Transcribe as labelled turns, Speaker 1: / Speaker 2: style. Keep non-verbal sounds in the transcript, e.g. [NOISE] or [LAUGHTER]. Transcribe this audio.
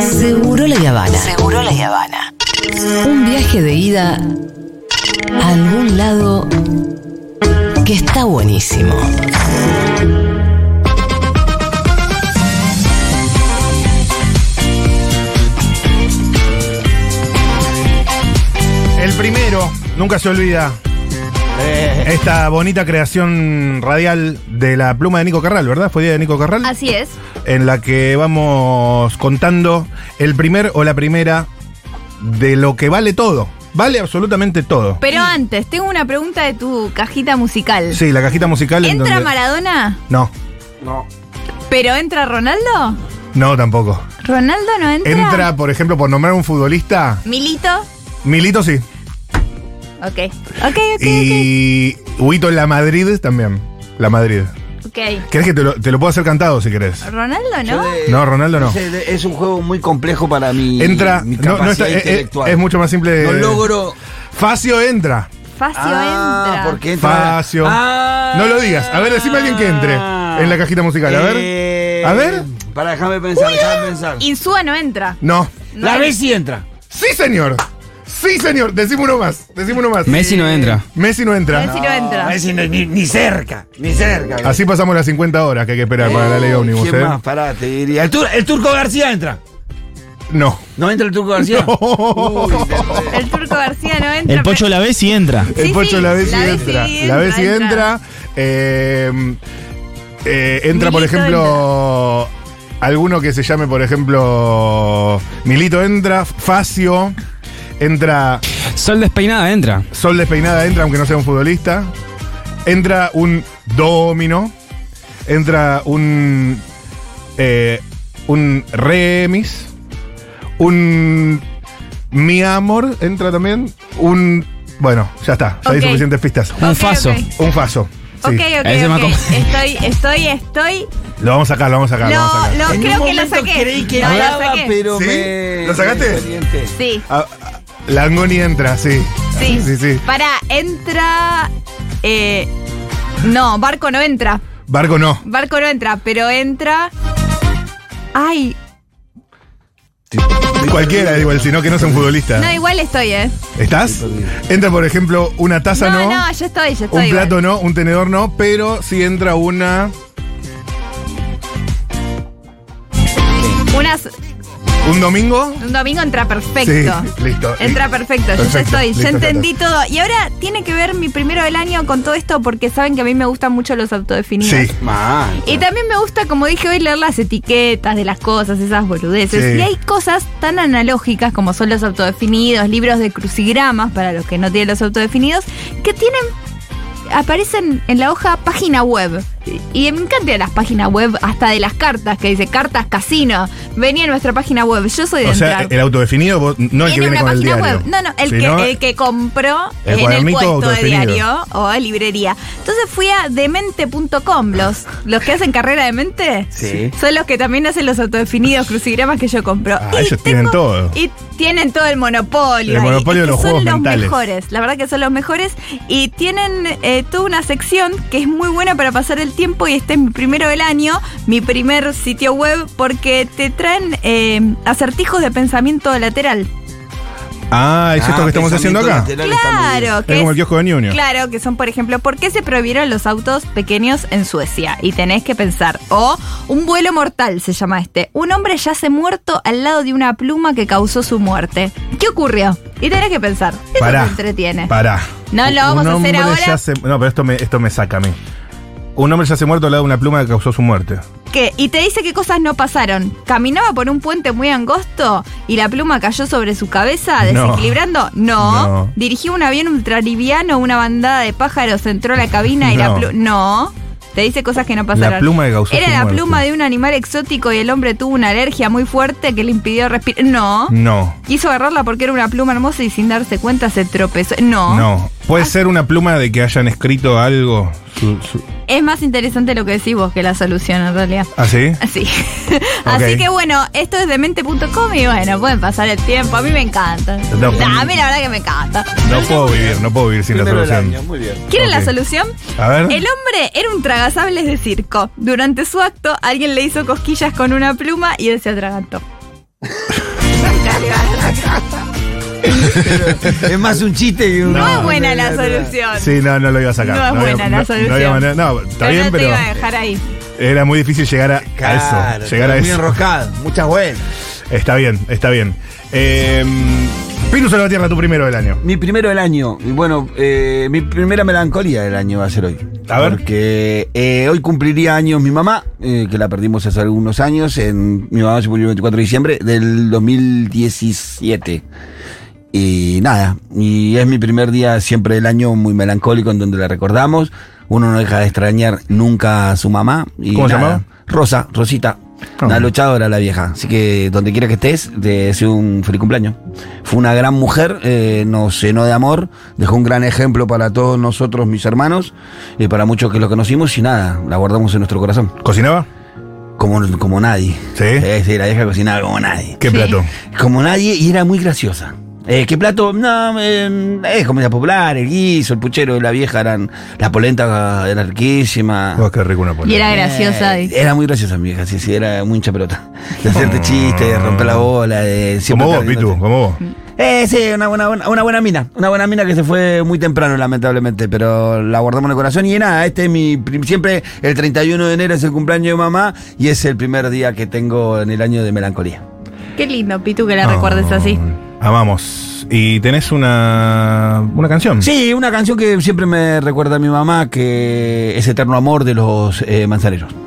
Speaker 1: Seguro la Habana.
Speaker 2: Seguro la Habana.
Speaker 1: Un viaje de ida a algún lado que está buenísimo.
Speaker 3: El primero, nunca se olvida,
Speaker 4: Eh.
Speaker 3: esta bonita creación radial de la pluma de Nico Carral, ¿verdad? Fue día de Nico Carral.
Speaker 4: Así es.
Speaker 3: en la que vamos contando el primer o la primera de lo que vale todo. Vale absolutamente todo.
Speaker 4: Pero antes, tengo una pregunta de tu cajita musical.
Speaker 3: Sí, la cajita musical en
Speaker 4: ¿Entra
Speaker 3: donde-
Speaker 4: Maradona?
Speaker 3: No,
Speaker 4: ¿Pero entra Ronaldo?
Speaker 3: no tampoco.
Speaker 4: ¿Ronaldo no entra?
Speaker 3: Entra, por ejemplo, por nombrar un futbolista,
Speaker 4: Milito.
Speaker 3: Milito sí.
Speaker 4: Ok. Ok, ok,
Speaker 3: Y Huito en la Madrid también. La Madrid.
Speaker 4: ok. Ok.
Speaker 3: ¿Querés que te lo, te lo puedo hacer cantado si querés?
Speaker 4: ¿Ronaldo no?
Speaker 3: No, Ronaldo no.
Speaker 5: Es, es un juego muy complejo para mi,
Speaker 3: Entra.
Speaker 5: mi
Speaker 3: no,
Speaker 5: capacidad
Speaker 3: no está- eh, es, es-
Speaker 5: intelectual.
Speaker 3: es mucho eh, más simple.
Speaker 5: No logro.
Speaker 3: Facio entra.
Speaker 4: Facio
Speaker 5: ah,
Speaker 4: entra.
Speaker 5: porque entra.
Speaker 3: Facio.
Speaker 5: Ah.
Speaker 3: No lo digas. A ver, decime a alguien que entre en la cajita musical. A ver.
Speaker 5: Eh,
Speaker 3: A ver.
Speaker 5: Para déjame pensar, déjame pensar.
Speaker 4: Insúa no entra.
Speaker 3: No.
Speaker 4: No
Speaker 5: la
Speaker 4: entra.
Speaker 5: Messi entra.
Speaker 3: Sí, señor. Sí, señor. Decime uno más. Decime uno más.
Speaker 6: Messi no entra.
Speaker 3: Messi no entra.
Speaker 4: Messi no
Speaker 3: Ah,
Speaker 4: entra.
Speaker 5: Messi no- ni, ni cerca, ni cerca.
Speaker 3: Así pasamos las 50 horas que hay que esperar para la ley ómnibus.
Speaker 5: ¿Quién
Speaker 3: ¿eh?
Speaker 5: más? Pará, te diría. El, tur- el Turco García entra.
Speaker 3: No.
Speaker 5: ¿No entra el
Speaker 3: [LAUGHS]
Speaker 5: Turco García? Uy, te-
Speaker 4: El turco García no entra.
Speaker 6: El Pocho la ve y entra.
Speaker 3: El
Speaker 4: Sí,
Speaker 3: pocho
Speaker 4: sí,
Speaker 3: la vez y
Speaker 4: la vez
Speaker 3: entra.
Speaker 4: sí
Speaker 3: La vez y
Speaker 4: entra,
Speaker 3: entra.
Speaker 4: entra.
Speaker 3: Eh, eh, entra, por
Speaker 4: Milito
Speaker 3: ejemplo, alguno que se llame, por ejemplo, Milito entra, Facio entra,
Speaker 6: Sol despeinada entra.
Speaker 3: Sol Despeinada entra, aunque no sea un futbolista. Entra un Domino. Entra un. eh, un Remis. Un. Mi amor entra también. Un. Bueno, ya está. Ya hay
Speaker 4: Ok.
Speaker 3: suficientes pistas.
Speaker 4: Ok,
Speaker 6: Un faso.
Speaker 4: ok.
Speaker 3: Un faso. Sí.
Speaker 4: Ok, ok,
Speaker 6: Ahí se me
Speaker 4: ok.
Speaker 6: acom-
Speaker 4: Estoy, estoy, estoy.
Speaker 3: Lo vamos a sacar, lo vamos a sacar, lo
Speaker 4: Lo-
Speaker 3: vamos a sacar.
Speaker 4: lo-
Speaker 5: en
Speaker 4: creo
Speaker 5: un
Speaker 4: que lo
Speaker 5: momento
Speaker 4: saqué.
Speaker 5: creí que
Speaker 4: No, lo
Speaker 5: entraba,
Speaker 4: saqué.
Speaker 5: pero
Speaker 3: ¿Sí?
Speaker 5: me-
Speaker 3: ¿Lo sacaste?
Speaker 5: me orienté.
Speaker 4: Sí,
Speaker 3: Ah, ah, Langoni entra, sí.
Speaker 4: sí.
Speaker 3: Sí, sí.
Speaker 4: Para, entra. eh, no, Barco no entra.
Speaker 3: Barco no.
Speaker 4: Barco no entra, pero entra. Ay,
Speaker 3: Cualquiera, igual, si no, que no sea un futbolista.
Speaker 4: no, igual estoy, ¿eh?
Speaker 3: ¿Estás? Entra, por ejemplo, una taza
Speaker 4: no, no, yo estoy, yo estoy.
Speaker 3: Un
Speaker 4: igual.
Speaker 3: plato no, un tenedor no, pero si entra una.
Speaker 4: Unas-
Speaker 3: ¿Un domingo?
Speaker 4: un domingo entra perfecto.
Speaker 3: Sí, listo.
Speaker 4: Entra
Speaker 3: Y-
Speaker 4: perfecto, yo
Speaker 3: perfecto,
Speaker 4: ya estoy,
Speaker 3: listo,
Speaker 4: ya entendí
Speaker 3: ya
Speaker 4: todo. Y ahora tiene que ver mi primero del año con todo esto porque saben que a mí me gustan mucho los autodefinidos.
Speaker 3: Sí.
Speaker 5: Man.
Speaker 4: Y también me gusta, como dije hoy, leer las etiquetas de las cosas, esas boludeces.
Speaker 3: Sí.
Speaker 4: Y hay cosas tan analógicas como son los autodefinidos, libros de crucigramas para los que no tienen los autodefinidos, que tienen. aparecen en la hoja página web. Y me encantan las páginas web, hasta de las cartas, que dice cartas casino. Vení a nuestra página web, yo soy de
Speaker 3: O sea,
Speaker 4: entrar.
Speaker 3: el autodefinido, vos- no el que viene
Speaker 4: Tiene una
Speaker 3: con el
Speaker 4: página
Speaker 3: diario.
Speaker 4: web. No, no, el, que,
Speaker 3: Sino
Speaker 4: el que compró
Speaker 3: el
Speaker 4: en el
Speaker 3: cuadernito
Speaker 4: puesto de
Speaker 3: autodefinido.
Speaker 4: diario o librería. Entonces fui a demente.com. Los, los que hacen carrera de mente
Speaker 5: Sí.
Speaker 4: son los que también hacen los autodefinidos crucigramas que yo compro.
Speaker 3: Ah, ellos tienen todo.
Speaker 4: Y tienen todo el monopolio.
Speaker 3: El
Speaker 4: ahí.
Speaker 3: monopolio
Speaker 4: Es
Speaker 3: de
Speaker 4: que
Speaker 3: los
Speaker 4: son
Speaker 3: juegos
Speaker 4: los
Speaker 3: mentales.
Speaker 4: mejores. La verdad que son los mejores. Y tienen eh, toda una sección que es muy buena para pasar el tiempo. Y este es mi primero del año, mi primer sitio web, porque te traen eh, acertijos de pensamiento lateral.
Speaker 3: Ah, es esto
Speaker 5: Ah,
Speaker 3: que estamos haciendo
Speaker 5: pensamiento
Speaker 3: acá.
Speaker 5: lateral está muy bien.
Speaker 4: Claro,
Speaker 3: Es
Speaker 4: que
Speaker 3: como el
Speaker 4: es-
Speaker 3: kiosco de Ñuño.
Speaker 4: Claro, que son, por ejemplo, ¿por qué se prohibieron los autos pequeños en Suecia? Y tenés que pensar. O un vuelo mortal se llama este. Un hombre yace muerto al lado de una pluma que causó su muerte. ¿Qué ocurrió? Y tenés que pensar. Eso
Speaker 3: Pará.
Speaker 4: te entretiene.
Speaker 3: Pará.
Speaker 4: No lo
Speaker 3: Un
Speaker 4: vamos a hacer
Speaker 3: hombre
Speaker 4: ahora.
Speaker 3: ya se- no, pero esto me, esto me saca a mí. Un hombre ya se muerto al lado de una pluma que causó su muerte.
Speaker 4: ¿Qué? Y te dice qué cosas no pasaron. Caminaba por un puente muy angosto y la pluma cayó sobre su cabeza,
Speaker 3: No.
Speaker 4: desequilibrando. No.
Speaker 3: No.
Speaker 4: Dirigió un avión ultraliviano, una bandada de pájaros entró a la cabina y la
Speaker 3: No.
Speaker 4: pluma. No. Te dice cosas que no pasaron.
Speaker 3: La pluma que causó
Speaker 4: Era
Speaker 3: su
Speaker 4: la
Speaker 3: muerte.
Speaker 4: pluma de un animal exótico y el hombre tuvo una alergia muy fuerte que le impidió respirar. No.
Speaker 3: No.
Speaker 4: Quiso agarrarla porque era una pluma hermosa y sin darse cuenta se tropezó. No.
Speaker 3: No. ¿Puede ser una pluma de que hayan escrito algo? Su- su-
Speaker 4: Es más interesante lo que decís vos que la solución en realidad.
Speaker 3: ¿Ah, sí? [LAUGHS]
Speaker 4: Así. Así
Speaker 3: Ok.
Speaker 4: que bueno, esto es demente.com y bueno, pueden pasar el tiempo. A mí me encanta.
Speaker 3: No,
Speaker 4: Nah, a mí la verdad que me encanta. [LAUGHS]
Speaker 3: No puedo vivir, no puedo vivir sin la
Speaker 5: Primero del año,
Speaker 3: solución.
Speaker 5: muy bien.
Speaker 4: ¿Quieren
Speaker 3: Ok.
Speaker 4: la solución?
Speaker 3: A ver.
Speaker 4: El hombre era un tragasables
Speaker 3: [LAUGHS]
Speaker 4: de circo. Durante su acto, alguien le hizo cosquillas con una pluma y él se atragantó.
Speaker 5: es más un chiste que un.
Speaker 4: No es buena la solución.
Speaker 3: Sí, no, no lo iba a sacar.
Speaker 4: No es
Speaker 3: había-
Speaker 4: buena la
Speaker 3: No, había
Speaker 4: solución.
Speaker 3: manera- no, está
Speaker 4: Pero
Speaker 3: bien,
Speaker 4: no te
Speaker 3: pero
Speaker 4: iba a dejar ahí.
Speaker 3: era muy difícil llegar a, a
Speaker 5: Claro,
Speaker 3: eso. Llegar a
Speaker 5: muy
Speaker 3: eso.
Speaker 5: enroscado. Muchas buenas.
Speaker 3: Está bien, está bien. Eh, Pinus a la Tierra, tu primero del año.
Speaker 5: Mi primero del año, y bueno, eh, mi primera melancolía del año va a ser hoy.
Speaker 3: A ver.
Speaker 5: Porque eh, hoy cumpliría años mi mamá, eh, que la perdimos hace algunos años. En, mi mamá se murió el 24 de diciembre del 2017. Y nada, y es mi primer día siempre del año muy melancólico en donde la recordamos. Uno no deja de extrañar nunca a su mamá. Y
Speaker 3: ¿Cómo se
Speaker 5: nada.
Speaker 3: llamaba?
Speaker 5: Rosa, Rosita.
Speaker 3: Ah.
Speaker 5: Una luchadora la vieja. Así que donde quiera que estés, te deseo un feliz cumpleaños. Fue una gran mujer, eh, nos llenó de amor, dejó un gran ejemplo para todos nosotros, mis hermanos, y para muchos que lo conocimos y nada, la guardamos en nuestro corazón.
Speaker 3: ¿Cocinaba?
Speaker 5: Como, como nadie.
Speaker 3: Sí.
Speaker 5: Eh, sí, la vieja cocinaba como nadie.
Speaker 3: ¿Qué
Speaker 4: Sí.
Speaker 3: plato?
Speaker 5: Como nadie y era muy graciosa. Eh, ¿Qué plato? No, eh, es comida popular, el guiso, el puchero de la vieja eran. La polenta era riquísima.
Speaker 3: Oh, qué rico una polenta.
Speaker 4: Ah. Y era graciosa.
Speaker 5: Eh,
Speaker 4: dice.
Speaker 5: Era muy graciosa, mi vieja, sí, sí, era muy hincha pelota. De hacerte chistes, de romper la bola, de siempre.
Speaker 3: Como vos,
Speaker 5: estar
Speaker 3: Pitu,
Speaker 5: riéndote.
Speaker 3: como vos.
Speaker 5: Eh, sí, una buena, buena- una buena mina. Una buena mina que se fue muy temprano, lamentablemente, pero la guardamos en el corazón. Y nada, este es mi. prim- Siempre el 31 de enero es el cumpleaños de mamá y es el primer día que tengo en el año de melancolía.
Speaker 3: Mm.
Speaker 4: Qué lindo, Pitu, que la recuerdes así.
Speaker 3: Ah, Amamos. Y tenés una, una canción.
Speaker 5: Sí, una canción que siempre me recuerda a mi mamá, que es Eterno Amor de los eh, Manzaneros.